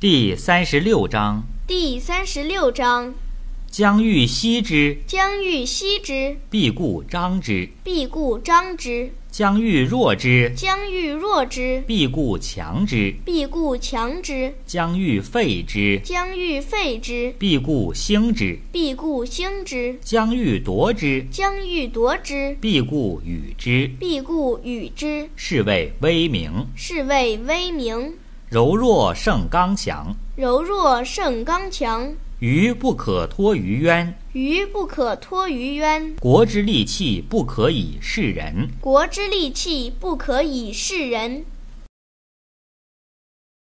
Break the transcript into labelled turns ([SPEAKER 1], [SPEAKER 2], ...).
[SPEAKER 1] 第三十六章：
[SPEAKER 2] 第三十六章：
[SPEAKER 1] 将欲息之，
[SPEAKER 2] 将欲息之，
[SPEAKER 1] 必固张之；
[SPEAKER 2] 必固张之；
[SPEAKER 1] 将欲弱之，
[SPEAKER 2] 将欲弱之，
[SPEAKER 1] 必固强之；
[SPEAKER 2] 必固强之；
[SPEAKER 1] 将欲废之，
[SPEAKER 2] 将欲废之，
[SPEAKER 1] 必固兴之；
[SPEAKER 2] 必固兴之；
[SPEAKER 1] 将欲夺之，
[SPEAKER 2] 将欲夺之，
[SPEAKER 1] 必固与之。
[SPEAKER 2] 必固与之。
[SPEAKER 1] 是谓威名。
[SPEAKER 2] 是谓威名。
[SPEAKER 1] 柔弱胜刚强，
[SPEAKER 2] 柔弱胜刚强，
[SPEAKER 1] 愚不可脱于渊。
[SPEAKER 2] 愚不可脱于渊。
[SPEAKER 1] 国之利器不可以示人。
[SPEAKER 2] 国之利器，不可以示人。